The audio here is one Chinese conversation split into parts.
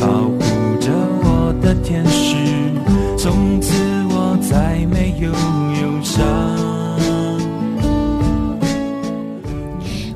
保护着我的天使，从此我再没有忧伤。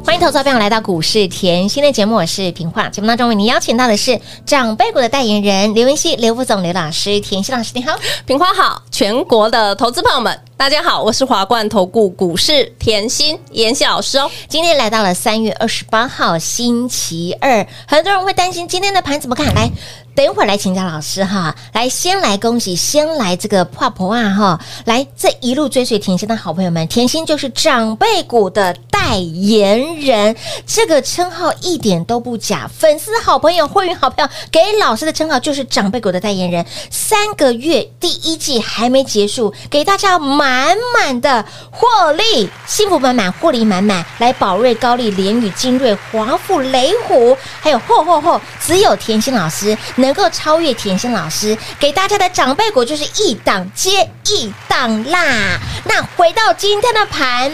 欢迎投资者朋友来到股市甜心的节目，我是平化。节目当中为您邀请到的是长辈股的代言人刘文熙、刘副总、刘老师、甜心老师，你好。平花好，全国的投资朋友们，大家好，我是华冠投顾股市甜心妍希老师哦。今天来到了三月二十八号星期二，很多人会担心今天的盘怎么看？来，等一会儿来请教老师哈。来，先来恭喜，先来这个破婆啊哈！来，这一路追随甜心的好朋友们，甜心就是长辈股的代言人，这个称号一点都不假。粉丝好朋友、会员好朋友给老师的称号就是长辈股的代言人。三个月第一季还没结束，给大家满满的获利，幸福满满，获利满满。来，宝瑞、高丽、联宇、精锐、华富、雷虎，还有嚯嚯嚯，只有甜心老师能够超越甜心老师，给大家的长辈股就是一档接一档啦。那回到今天的盘。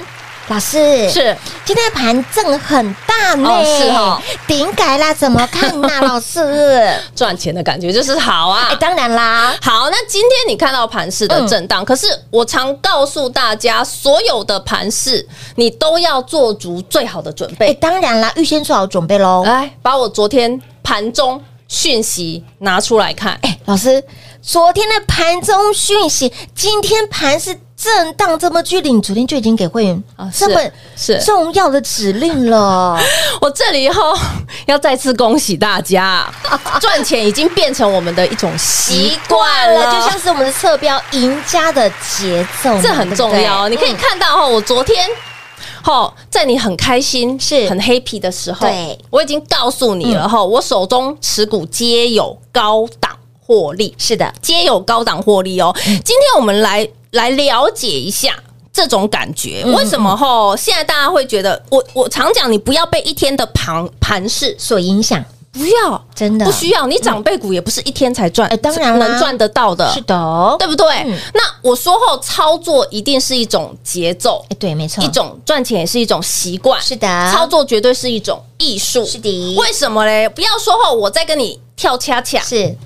老师是今天的盘震很大呢，哦是 哦，顶改啦，怎么 看呐、老师？赚钱的感觉就是好啊。哎，当然啦，好，那今天你看到盘市的震荡，可是我常告诉大家，所有的盘市你都要做足最好的准哎、备。当然啦，预先做好准备喽。哎、来，把我昨天盘中讯息拿出来看。老师，昨天的盘中讯息，今天盘是震荡这么剧烈，你昨天就已经给会员啊是这么是重要的指令 了。我这里以后要再次恭喜大家，啊赚钱已经变成我们的一种习惯了，就像是我们的侧标赢家的节奏嘛，这很重要嗯哦。对你不对可以看到哈，我昨天。哦，在你很开心、是很 happy 的时候，对嗯我已经告诉你了哈、我手中持股皆有高档获利，是的，嗯皆有高档获利哦。今天我们来来了解一下这种感觉，嗯为什么吼？现在大家会觉得，我我常讲，你不要被一天的盘盘势嗯所影响不要真的嗯不需要，你长辈股也不是一天才赚，呃当然啦能赚得到的，是的哦，对不对嗯？那我说后操作一定是一种节奏，哎，对，没错，一种赚钱也是一种习惯，是的操作绝对是一种艺术，是的为什么嘞？不要说后我再跟你跳恰恰，是。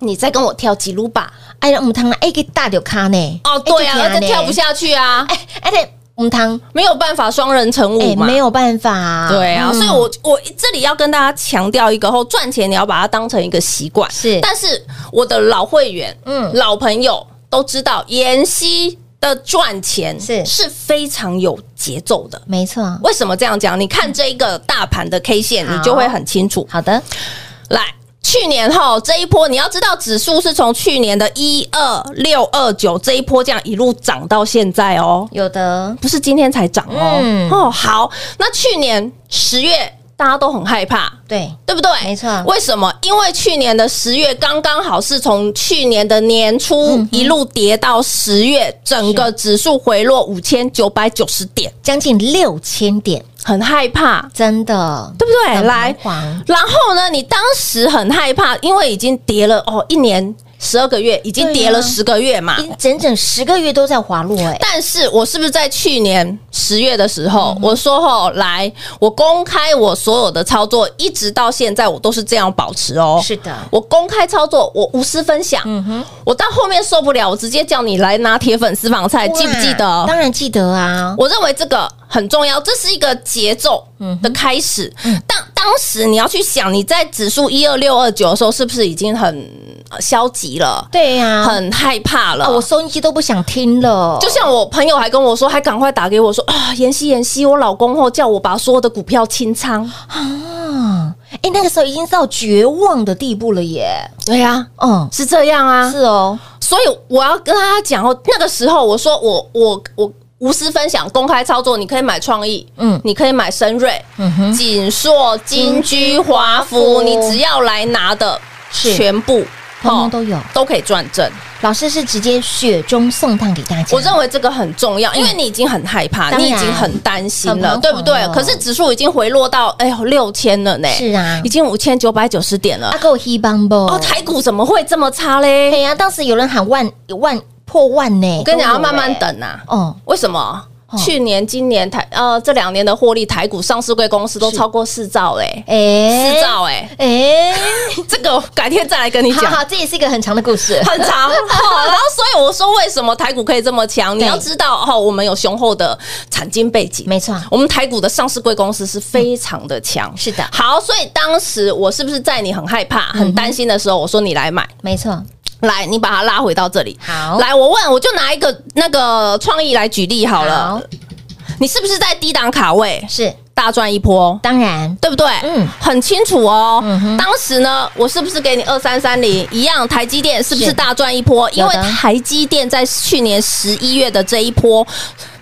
你再跟我跳吉鲁巴，哎，我们汤了，哎，给大流咖呢？哦，对啊，哎这那跳不。下去啊，哎，哎，那我们汤，没有办法双人成哎舞，嘛，没。有办法。对啊，嗯所以我我这里要跟大家强调一个，后赚钱你要把它当成一个习惯。是但是我的老会员，嗯嗯，老朋友都知道，妍希的赚钱是是非常有节奏的。没错。为什么这样讲？你看这一个大盘的 K 线，好你就会很清楚。好的，来，去年后这一波，你要知道指数是从去年的一二六二九这一波这样一路涨到现在哦。有的，不是今天才涨哦。嗯哦，好，那去年十月大家都很害怕。对，对不对？没错为什么？因为去年的十月刚刚好是从去年的年嗯初一路跌到十月，整个指数回落五千九百九十点，将近六千点，很害怕，真的，对不对？很来彷徨，然后呢，你当时很害怕，因为已经跌了哦，一年十二个月，已经对啊跌了十个月嘛。已经整整十个月都在滑落，哎，但是我是不是在去年十月的时候，嗯我说吼来，我公开我所有的操作，一直到现在我都是这样保持哦。是的我公开操作，我无私分享。嗯哼，我到后面受不了，我直接叫你来拿铁粉私房菜，记不记哇得？当然记得啊，我认为这个很重要，这是一个节奏的开始。当当时你要去想，你在指数一二六二九的时候，是不是已经很呃消极了？对呀，很害怕了。啊我收音机都不想听了，啊就像我朋友还跟我说，还赶快打给我说啊，妍希妍希，我老公后叫我把所有的股票清仓。啊，哎，那个时候已经到绝望的地步了耶，对呀、嗯，是这样啊是。哦，所以我要跟大家讲哦，那个时候我说我我我无私分享，公开操作，你可以买创意，嗯嗯，你可以买深瑞、嗯哼，锦硕、金居、华华福，孚你只要来拿的，是全部哦通通都有。都可以转正。老师是直接雪中送炭给大家，我认为这个很重要，因为你已经很害怕，当然你已经很担心了，很彷徨对不对了？可是指数已经回落到哎呦六千了呢，是啊已经五千九百九十点了阿。够 he b a m b 哦， o 台股怎么会这么差对嘞？呀，当时有人喊万万破万呢，我跟你讲，都有要慢慢欸。等啊。哦，为什么哦？去年、今年台呃这两年的获利，台股上市贵公司都超过四兆嘞，哎，四兆 哎，哎，这个我改天再来跟你好讲。好，这也是一个很长的故事。很长， 好，然后所以我说为什么台股可以这么强？你对要知道哦，我们有雄厚的产经背景，没错嗯我们台股的上市贵公司是非常的强。是的嗯好，所以当时我是不是在你很害怕、很担心的时候，我说你来买，没错，来，你把它拉回到这里。好来，我问，我就拿一个那个创意来举例好了，你是不是在低档卡位是大赚一波？当然，对不对？嗯嗯，很清楚哦。嗯哼当时呢，我是不是给你二三三零一样？台积电是不是是大赚一波？因为有的台积电在去年十一月的这一波，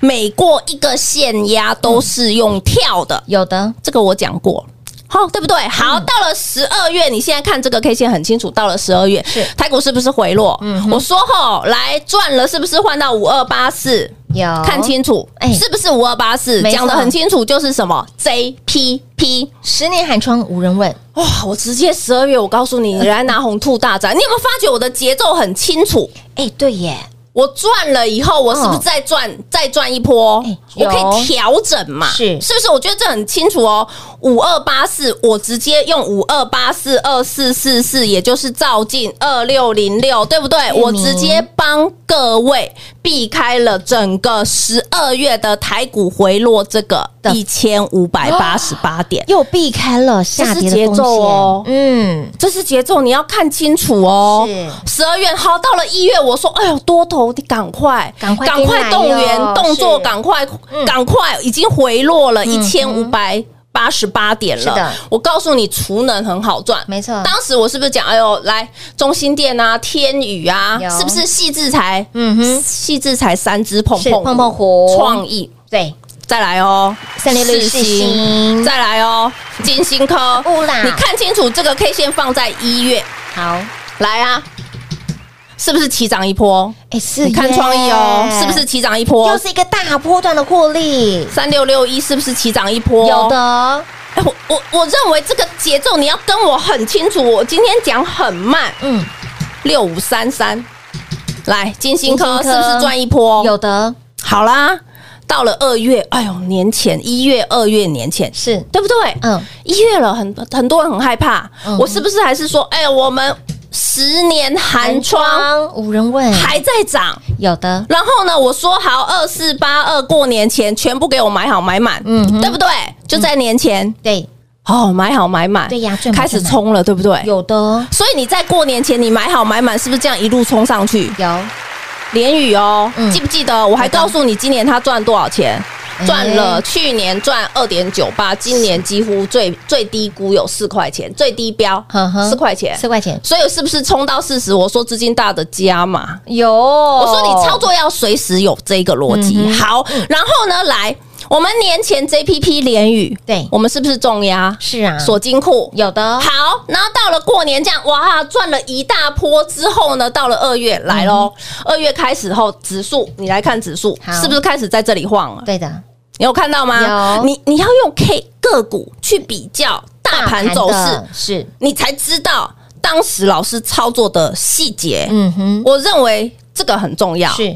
每过一个限压都是用跳的，有的这个我讲过。好，对不对？嗯好，到了十二月，你现在看这个 K 线很清楚，到了十二月是，嗯台股是不是回落？我说吼，来赚了，是不是换到五二八四？有看清楚，哎是不是五二八四？没错讲的很清楚，就是什么 JPP。十年寒窗无人问，哇、我直接十二月，我告诉你，你来拿红兔大展，你有没有发觉我的节奏很清楚？哎，对耶，我赚了以后，我是不是嗯再赚、再赚一波？哎我可有以调整嘛？是是不是？我觉得这很清楚哦。五二八四，我直接用五二八四二四四四，也就是照进二六零六，对不对？明我直接帮各位避开了整个十二月的台股回落这个的一千五百八十八点。又避开了下跌的这是风节险奏哦嗯，这是节奏，你要看清楚哦。是十二月好，到了一月，我说，哎呦，多头，你赶快，赶快赶快动进来哟员动作，是赶快嗯，赶快，已经回落了一千五嗯百八十八点是的了。我告诉你，储能很好赚，没错当时我是不是讲，哎呦，来中心店啊，天宇啊有，是不是细制裁？嗯哼细制裁三只碰是碰碰碰虎创意。对，再来哦，三六六四星再来哦，金星科 乌啦你看清楚这个 K 线放在一月，好，来啊，是不是齐涨一波？哎，是你看耶创意哦，是不是齐涨一波又？是一个大波段的获利？三六六一是不是齐涨一波？有的，哎，我我我认为这个节奏你要跟我很清楚，我今天讲很慢，嗯，六五三三，来金金星科星是科不是赚一波？有的好啦，到了二月，哎呦，年前一月、二月年前是，对不对？嗯，一月了，很很多人很害怕，嗯我是不是还是说，哎、我们十年寒窗无人问，还在涨？有的，然后呢，我说好二四八二过年前全部给我买好买满，嗯哼嗯对不对？就在年前、对，哦，买好买满，对呀赚满开始冲了，对不对？有的，所以你在过年前你买好买满，是不是这样一路冲上去？有联宇哦，嗯记不记得？我还告诉你今年他赚多少钱哎。赚了，去年赚二点九八，今年几乎最最低估有四块钱，最低标呵呵四块钱，四块钱，所以是不是冲到四十？我说资金大的加嘛，有，我我说你操，作要随时有这个逻辑。哦嗯哼好，然后呢，来，我们年前 JPP 联宇，对我们是不是重压？是啊，锁金库有的，好，然后到了过年这样，哇，赚了一大波之后呢，到了二月来喽，二、月开始后，指数你来看指数嗯好是不是开始在这里晃了？对的，你有看到吗有？你你要用 K 个股去比较大盘走势，的是，你才知道当时老师操作的细节。嗯哼，我认为这个很重要，是，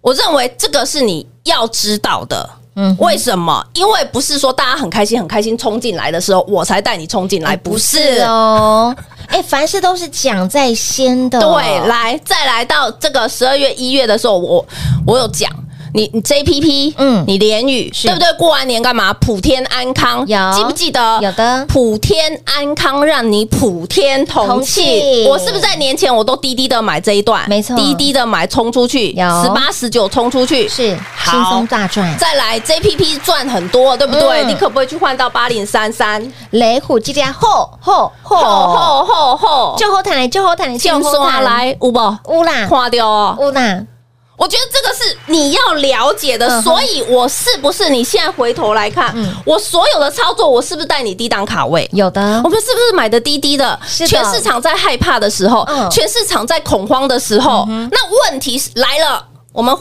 我认为这个是你要知道的。嗯哼为什么？因为不是说大家很开心、很开心冲进来的时候，我才带你冲进来，不是哎哦，哎，凡事都是讲在先的，对，，来再来到这个十二月、一月的时候，我我有讲。你你 JPP，嗯嗯，你联宇是对不对？过完年干嘛？普天安康，有记不记得？有的普天安康让你普天同同庆。庆我是不是在年前我都低低的买这一段？没错低低的买冲出去，有十八十九冲出去是好轻松大赚，再来 JPP 赚很多，对不对？嗯你可不可以去换到八零三三？雷虎这家吼吼吼吼，吼吼吼！啊就后谈来，就后谈来，就就后刷谈，来，有无？乌啦看到哦。乌啦，我觉得这个是你要了解的，嗯哼嗯所以我是不是你现在回头来看，我所有的操作，我是不是带你低档卡位？有的我，们是不是买的低低的？是的全市场在害怕的时候，嗯全市场在恐慌的时候，那问题是来了，我们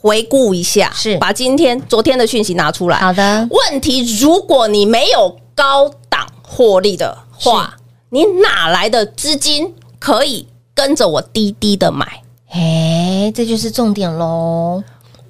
回顾一下，是把今天、昨天的讯息拿出来。好的问题如果你没有高档获利的话，你哪来的资金可以跟着我低低的买？哎，这就是重点喽。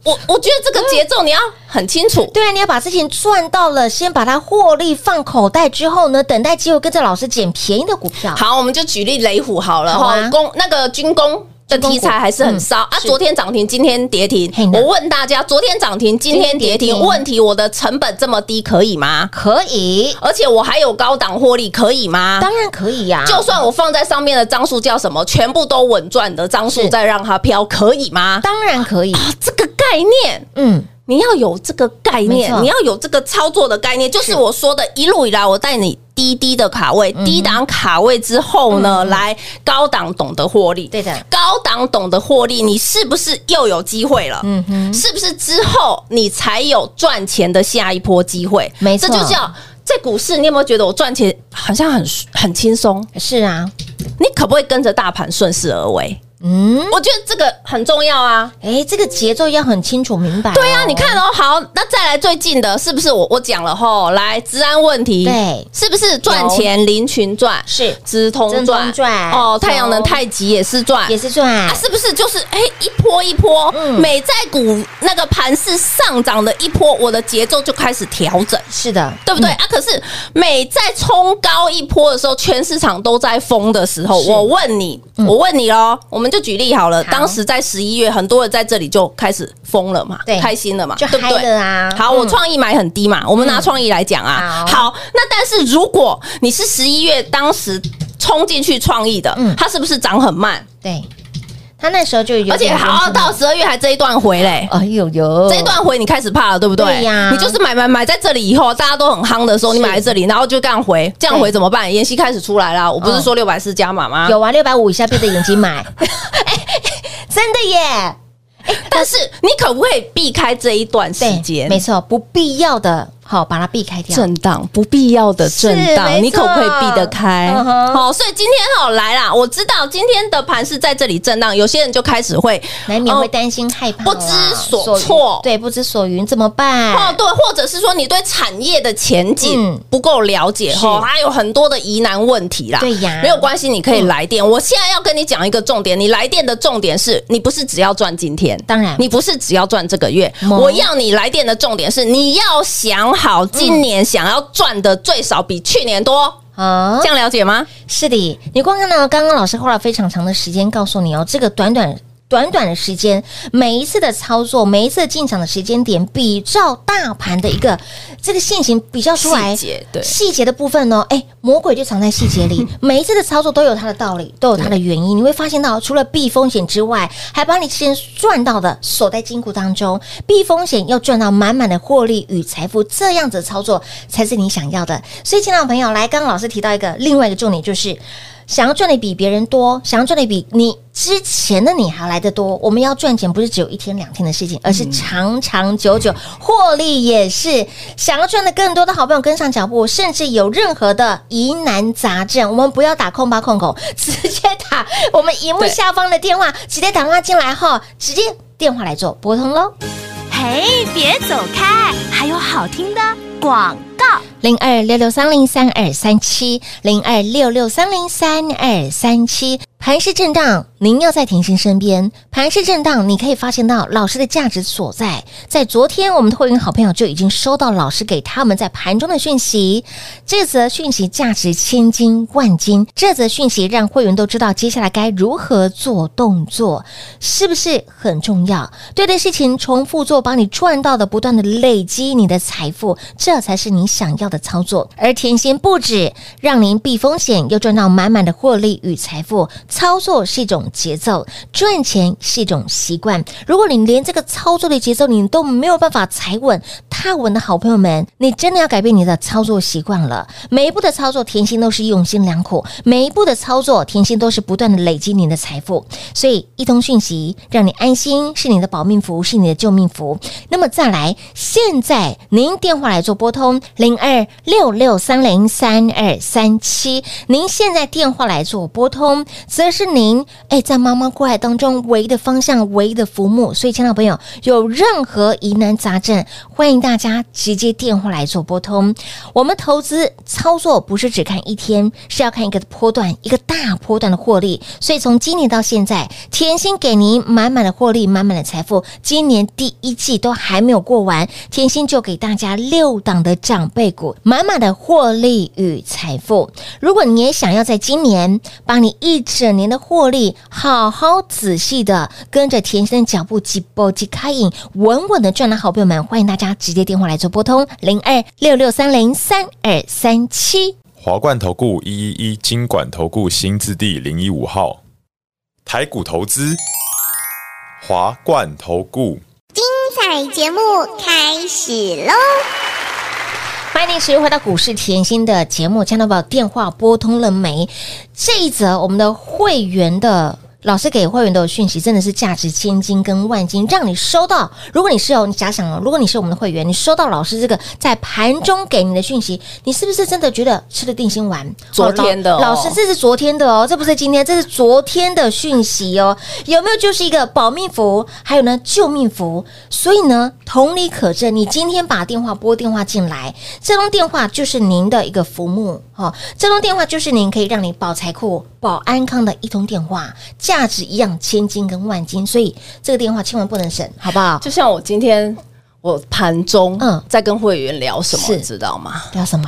我我觉得这个节奏你要很清楚。对啊，你要把之前赚到了，先把它获利放口袋，之后呢，等待机会跟着老师捡便宜的股票。好，我们就举例雷虎好了好啊哈，工那个军工。的军工股嗯题材还是很烧啊！昨天涨停，今天跌停嘿。呐我问大家，昨天涨停，今天跌今天跌停，停问题我的成本这么低可以吗？可以，而且我还有高档获利可以吗？当然可以呀、就算我放在上面的张数叫什么，全部都稳赚的张数是再让它飘，可以吗？当然可以，这个概念嗯，你要有这个概没念错，你要有这个操作的概念，就是是嗯我说的，一路以来我带你低低的卡位，低档卡位之后呢，来高档懂得获利，对的高档懂得获利，你是不是又有机会了？嗯哼，是不是之后你才有赚钱的下一波机会？没错这就叫在股市，你有没有觉得我赚钱好像很很轻松？是啊，你可不可以跟着大盘顺势而为？嗯，我觉得这个很重要啊。哎，这个节奏要很清楚明白、对啊，你，看哦，好，那再来最近的，是不是我我讲了吼？来，治安问题，对是不是赚钱林群赚是直通直赚通赚哦，太阳能有太极也是赚也。是赚啊，，是不是就是哎、一波一波，嗯美债股那个盘势上涨的一波，我的节奏就开始调整，是的，嗯对不对、啊？可是美债冲高一波的时候，全市场都在疯的时候，是嗯我问你，我问你喽，我们就举例好了。好当时在十一月，很多人在这里就开始疯了嘛对，开心了嘛，就对不嗨对？了啊！好，我嗯创意买很低嘛，我们拿创意来讲啊。好好，那但是如果你是十一月当时冲进去创意的嗯，它是不是涨很慢？对，他那时候就有点而且好跟到十二月还这一段回嘞。哎呦呦，这一段回你开始怕了，对不对？对呀你就是买买买在这里以后，大家都很夯的时候，是你买在这里，然后就这样回，这样回怎么办？妍希开始出来啦，我不是说六百四加码吗？，嗯有啊，六百五以下闭着 眼睛买， 哎真的耶，但是你可不可以避开这一段时对，间？没错，不必要的，好把它避开掉。震荡不必要的震是没错荡，你可不可以避得开？嗯哼好，所以今天好来啦，我知道今天的盘是在这里震荡，有些人就开始会难免哦会担心、害怕啦、不知所云措对，不知所云怎么办？哦，对，或者是说你对产业的前景哎嗯不够了解，是吼，还有很多的疑难问题啦。对呀嗯没有关系，你可以来电。我现在要跟你讲一个重点，你来电的重点是你不是只要赚今天，当然你不是只要赚这个月，嗯我要你来电的重点是你要想好今年想要赚的最少比去年多，啊这样了解吗？是的，你光看到刚刚老师花了非常长的时间告诉你哦，这个短短。短短的时间，每一次的操作，每一次进场的时间点，比照大盘的一个这个现行比较出来细节对细节的部分呢、哦，哎，魔鬼就藏在细节里。每一次的操作都有它的道理，都有它的原因。你会发现到，除了避风险之外，还把你之前赚到的锁在金库当中。避风险要赚到满满的获利与财富，这样子的操作才是你想要的。所以，亲爱的朋友，来，刚刚老师提到一个另外一个重点，就是想要赚的比别人多，想要赚的比你之前的你还来的多。我们要赚钱，不是只有一天两天的事情，而是长长久久，获利也是。想要赚的更多的好朋友跟上脚步，甚至有任何的疑难杂症，我们不要打空吧空口，直接打我们荧幕对下方的电话，直接打电话进来哈，直接电话来做拨通喽。嘿，别走开，还有好听的广告。零二六六三零三二三七，零二六六三零三二三七。盘势震荡，您要在甜心身边。盘势震荡，你可以发现到老师的价值所在。在昨天，我们的会员好朋友就已经收到老师给他们在盘中的讯息，这则讯息价值千金万金，这则讯息让会员都知道接下来该如何做动作，是不是很重要？对的事情重复做，帮你赚到的不断的累积你的财富，这才是你想要的操作。而甜心不止让您避风险，又赚到满满的获利与财富。操作是一种节奏，赚钱是一种习惯。如果你连这个操作的节奏你都没有办法踩稳，它踏稳的好朋友们，你真的要改变你的操作习惯了。每一步的操作，甜心都是用心良苦；每一步的操作，甜心都是不断的累积你的财富。所以，一通讯息让你安心，是你的保命符，是你的救命符。那么再来，现在您电话来做拨通零二六六三零三二三七，您现在电话来做拨通，则是您哎在妈妈过来当中唯一的方向、唯一的浮木。所以，亲爱的朋友，有任何疑难杂症，欢迎大家直接电话来做拨通。我们投资操作不是只看一天，是要看一个波段、一个大波段的获利。所以从今年到现在，甜心给您满满的获利、满满的财富。今年第一季都还没有过完，甜心就给大家六档的长辈股，满满的获利与财富。如果你也想要在今年把你一整年的获利好好仔细的跟着甜心的脚步，几波几开影，稳稳的赚的好朋友们，欢迎大家直接电话来做拨通零二六六三零三二三七。华冠投顾一一一金管投顾新字第零一五号，台股投资，华冠投顾。彩节目开始喽！欢迎您持续回到股市甜心的节目，亲爱的宝电话拨通了没？这一则我们的会员的。老师给会员的讯息真的是价值千金跟万金，让你收到。如果你是有你假想哦，如果你是我们的会员，你收到老师这个在盘中给你的讯息，你是不是真的觉得吃了定心丸？昨天的哦老老师，这是昨天的哦，这不是今天，这是昨天的讯息哦。有没有就是一个保命符，还有呢救命符？所以呢，同理可证，你今天把电话拨电话进来，这通电话就是您的一个福木哦，这通电话就是您可以让你保财库、保安康的一通电话，价值一样千金跟万金，所以这个电话千万不能省，好不好？就像我今天我盘中嗯嗯在跟会员聊什么，是你知道吗？聊什么？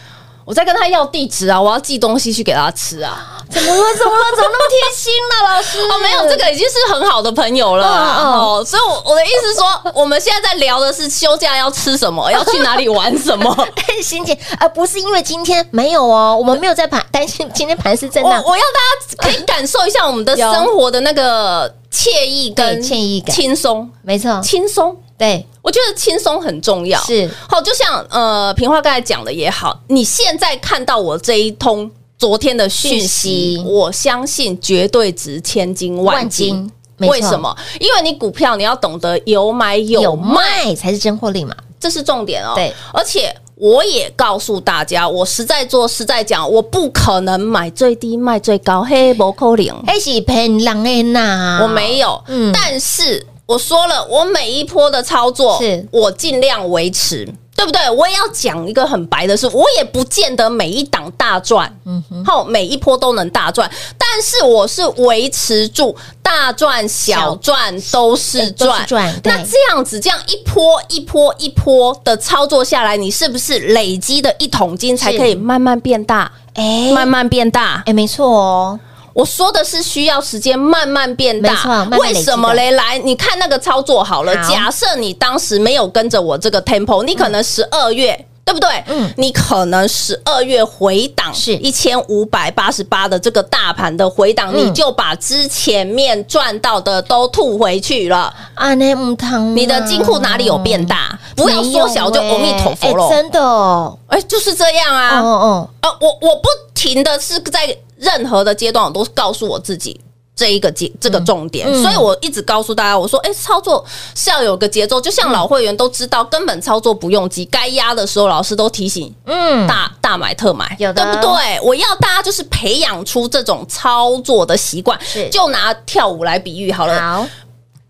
我在跟他要地址啊，我要寄东西去给他吃啊。 怎么了？怎么了？怎么那么贴心呢、老师？ 哦，没有，这个已经是很好的朋友了啊、嗯嗯哦，所以我我的意思是说，我们现在在聊的是休假要吃什么，要去哪里玩什 么。心情，而、不是因为今天没有哦，我们没有在盘担心今天盘是震我荡，我要大家可以感受一下我们的有生活的那个惬意跟对惬意感嗯轻松没错，轻松。对，我觉得轻松很重要，是好，就像呃，平花刚才讲的也好，你现在看到我这一通昨天的讯讯息，息我相信绝对值千金万金。万金没错为什么？因为你股票你要懂得有买有有卖，卖才是真获利嘛，这是重点哦。对，而且我也告诉大家，我实在做实在讲，我不可能买最低卖最高，嘿，不扣零，还哎是骗人的呐，我没有。嗯但是我说了，我每一波的操作是我尽量维持。对不对？我也要讲一个很白的是，我也不见得每一档大赚，嗯哼，后每一波都能大赚，但是我是维持住大赚小赚都都是是赚，赚对那这样子这样一波一波一波的操作下来，你是不是累积的一桶金才是可以慢慢变大，哎慢慢变大？哎，没错哦，我说的是需要时间慢慢变大，没错慢慢累积的为什么嘞？来，你看那个操作好了，好假设你当时没有跟着我这个 tempo，你可能十二月。对不对？嗯你可能十二月回档是一千五百八十八的这个大盘的回档，嗯你就把之前面赚到的都吐回去了。啊，那唔通你的金库哪里有变大？不要缩小就阿弥陀佛嗯了，哎喽。真的哦，哎，就是这样哦啊。哦，呃，我我不停的是在任何的阶段，我都告诉我自己这一个节这个重点，嗯所以我一直告诉大家，我说，哎、操作是要有个节奏，就像老会员都知道，根本操作不用急，该压的时候老师都提醒。嗯，大大买特买，有的对不对？我要大家就是培养出这种操作的习惯是，就拿跳舞来比喻好了。好，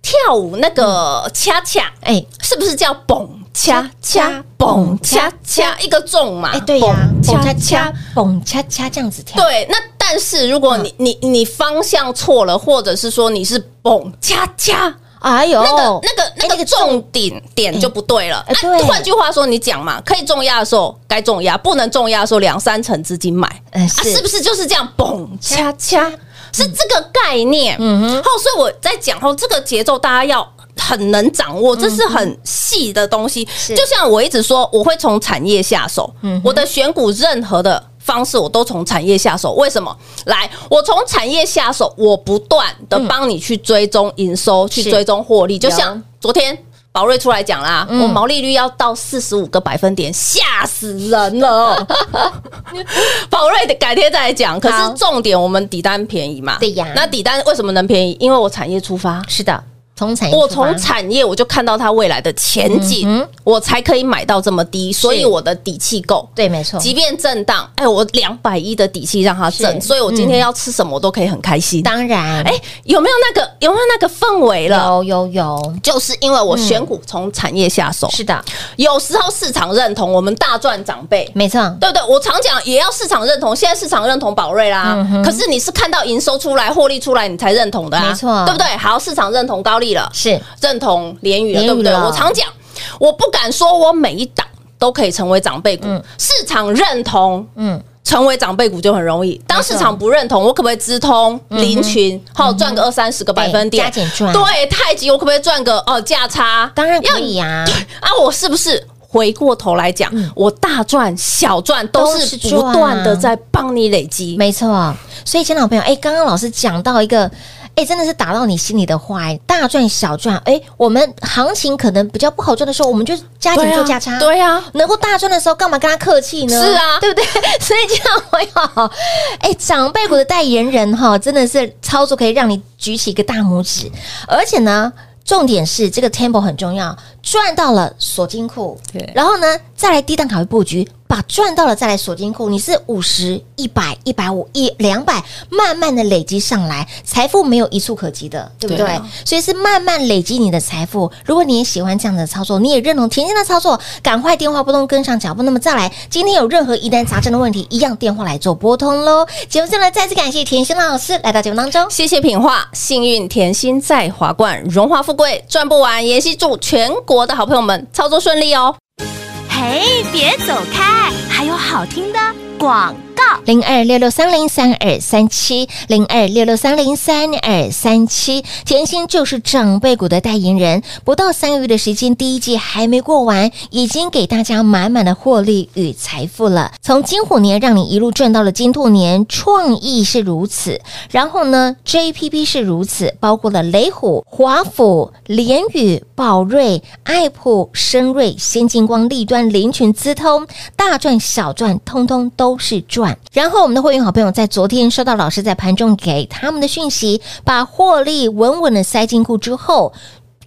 跳舞那个恰恰，哎是不是叫蹦恰恰蹦恰恰一个重嘛？哎，对呀，啊蹦蹦恰恰恰恰，蹦恰恰这样子跳，对，那但是如果嗯你、你你方向错了，或者是说你是蹦恰恰。哎呦，那个、那个、哎那个重点点就不对了。哎哎对换句话说，你讲嘛，可以重压的时候该重压，不能重压的时候两三成资金买，哎啊，是是不是就是这样蹦恰恰？是这个概念。嗯哼好，所以我在讲后这个节奏，大家要。很能掌握，这是很细的东西。是就像我一直说，我会从产业下手。嗯哼我的选股任何的方式，我都从产业下手。为什么？来，我从产业下手，我不断的帮你去追踪营收，去是追踪获利。就有像昨天宝瑞出来讲啦，嗯我毛利率要到四十五个百分点，吓死人了。宝瑞的改天再来讲，可好是重点我们底单便宜嘛，对呀那底单为什么能便宜？因为我产业出发，是的，从产业我出发从产业我就看到它未来的前景，嗯哼我才可以买到这么低，所以我的底气够。对，没错，即便震荡，哎，我两百一的底气让它震，是嗯所以我今天要吃什么我都可以很开心。当然，哎，有没有那个有没有那个氛围了？有有有，就是因为我选股从产业下手，是的，有时候市场认同我们大赚长辈，没错，对不对？我常讲也要市场认同，现在市场认同宝瑞啦，嗯哼可是你是看到营收出来、获利出来，你才认同的、啊，没错对不对？好，市场认同高利了，是认同联宇了，联宇对不对？了我常讲，我不敢说我每一档都可以成为长辈股，市场认同，嗯，成为长辈股就很容易。当市场不认同，我可不可以资通、嗯林群，好赚个二三十个百分点？哎加减赚对，太极我可不可以赚个哦价差？当然要可以啊，啊，我是不是？回过头来讲，我大赚小赚嗯都都是是不断的在帮你累积。没错。所以，亲老朋友，哎，刚刚老师讲到一个。哎，真的是打到你心里的话，哎，大赚小赚。哎，我们行情可能比较不好赚的时候，我们就加对紧啊做价差。对啊，能够大赚的时候，干嘛跟他客气呢？是啊对不对？ 所以，这样朋友，哎，长辈股的代言人哈，真的是操作可以让你举起一个大拇指，而且呢。重点是这个 tempo 很重要，赚到了锁金库对，然后呢再来低档卡位布局，把赚到了再来锁金库，你是五十、一百、一百五、一两百，慢慢的累积上来，财富没有一触可及的，对不对？对啊所以是慢慢累积你的财富。如果你也喜欢这样的操作，你也认同甜心的操作，赶快电话拨通跟上脚步。那么再来，今天有任何疑难杂症的问题，一样电话来做拨通喽。节目最后呢，再次感谢甜心老师来到节目当中。谢谢品画，幸运甜心在华冠，荣华富贵赚不完。妍希祝全国的好朋友们操作顺利哦。嘿，别走开，还有好听的广告。零二六六三零三二三七，零二六六三零三二三七。甜心就是长辈股的代言人，不到三个月的时间，第一季还没过完，已经给大家满满的获利与财富了。从金虎年让你一路赚到了金兔年，创意是如此，然后呢，JPP 是如此，包括了雷虎、华府、联宇、宝瑞、爱普、深瑞、先进光、立端、林群、资通，大赚小赚，通通都是赚。然后我们的会员好朋友在昨天收到老师在盘中给他们的讯息，把获利稳稳的塞进库之后。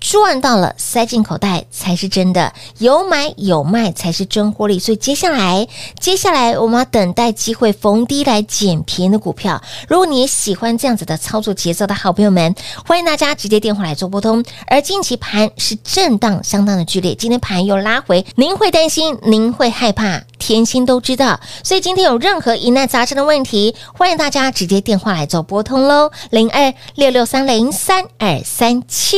赚到了，塞进口袋才是真的，有买有卖才是真获利。所以接下来，接下来我们要等待机会逢低来捡便宜的股票。如果你也喜欢这样子的操作节奏的好朋友们，欢迎大家直接电话来做拨通。而近期盘是震荡相当的剧烈，今天盘又拉回，您会担心，您会害怕，甜心都知道。所以今天有任何疑难杂症的问题，欢迎大家直接电话来做拨通喽，零二六六三零三二三七。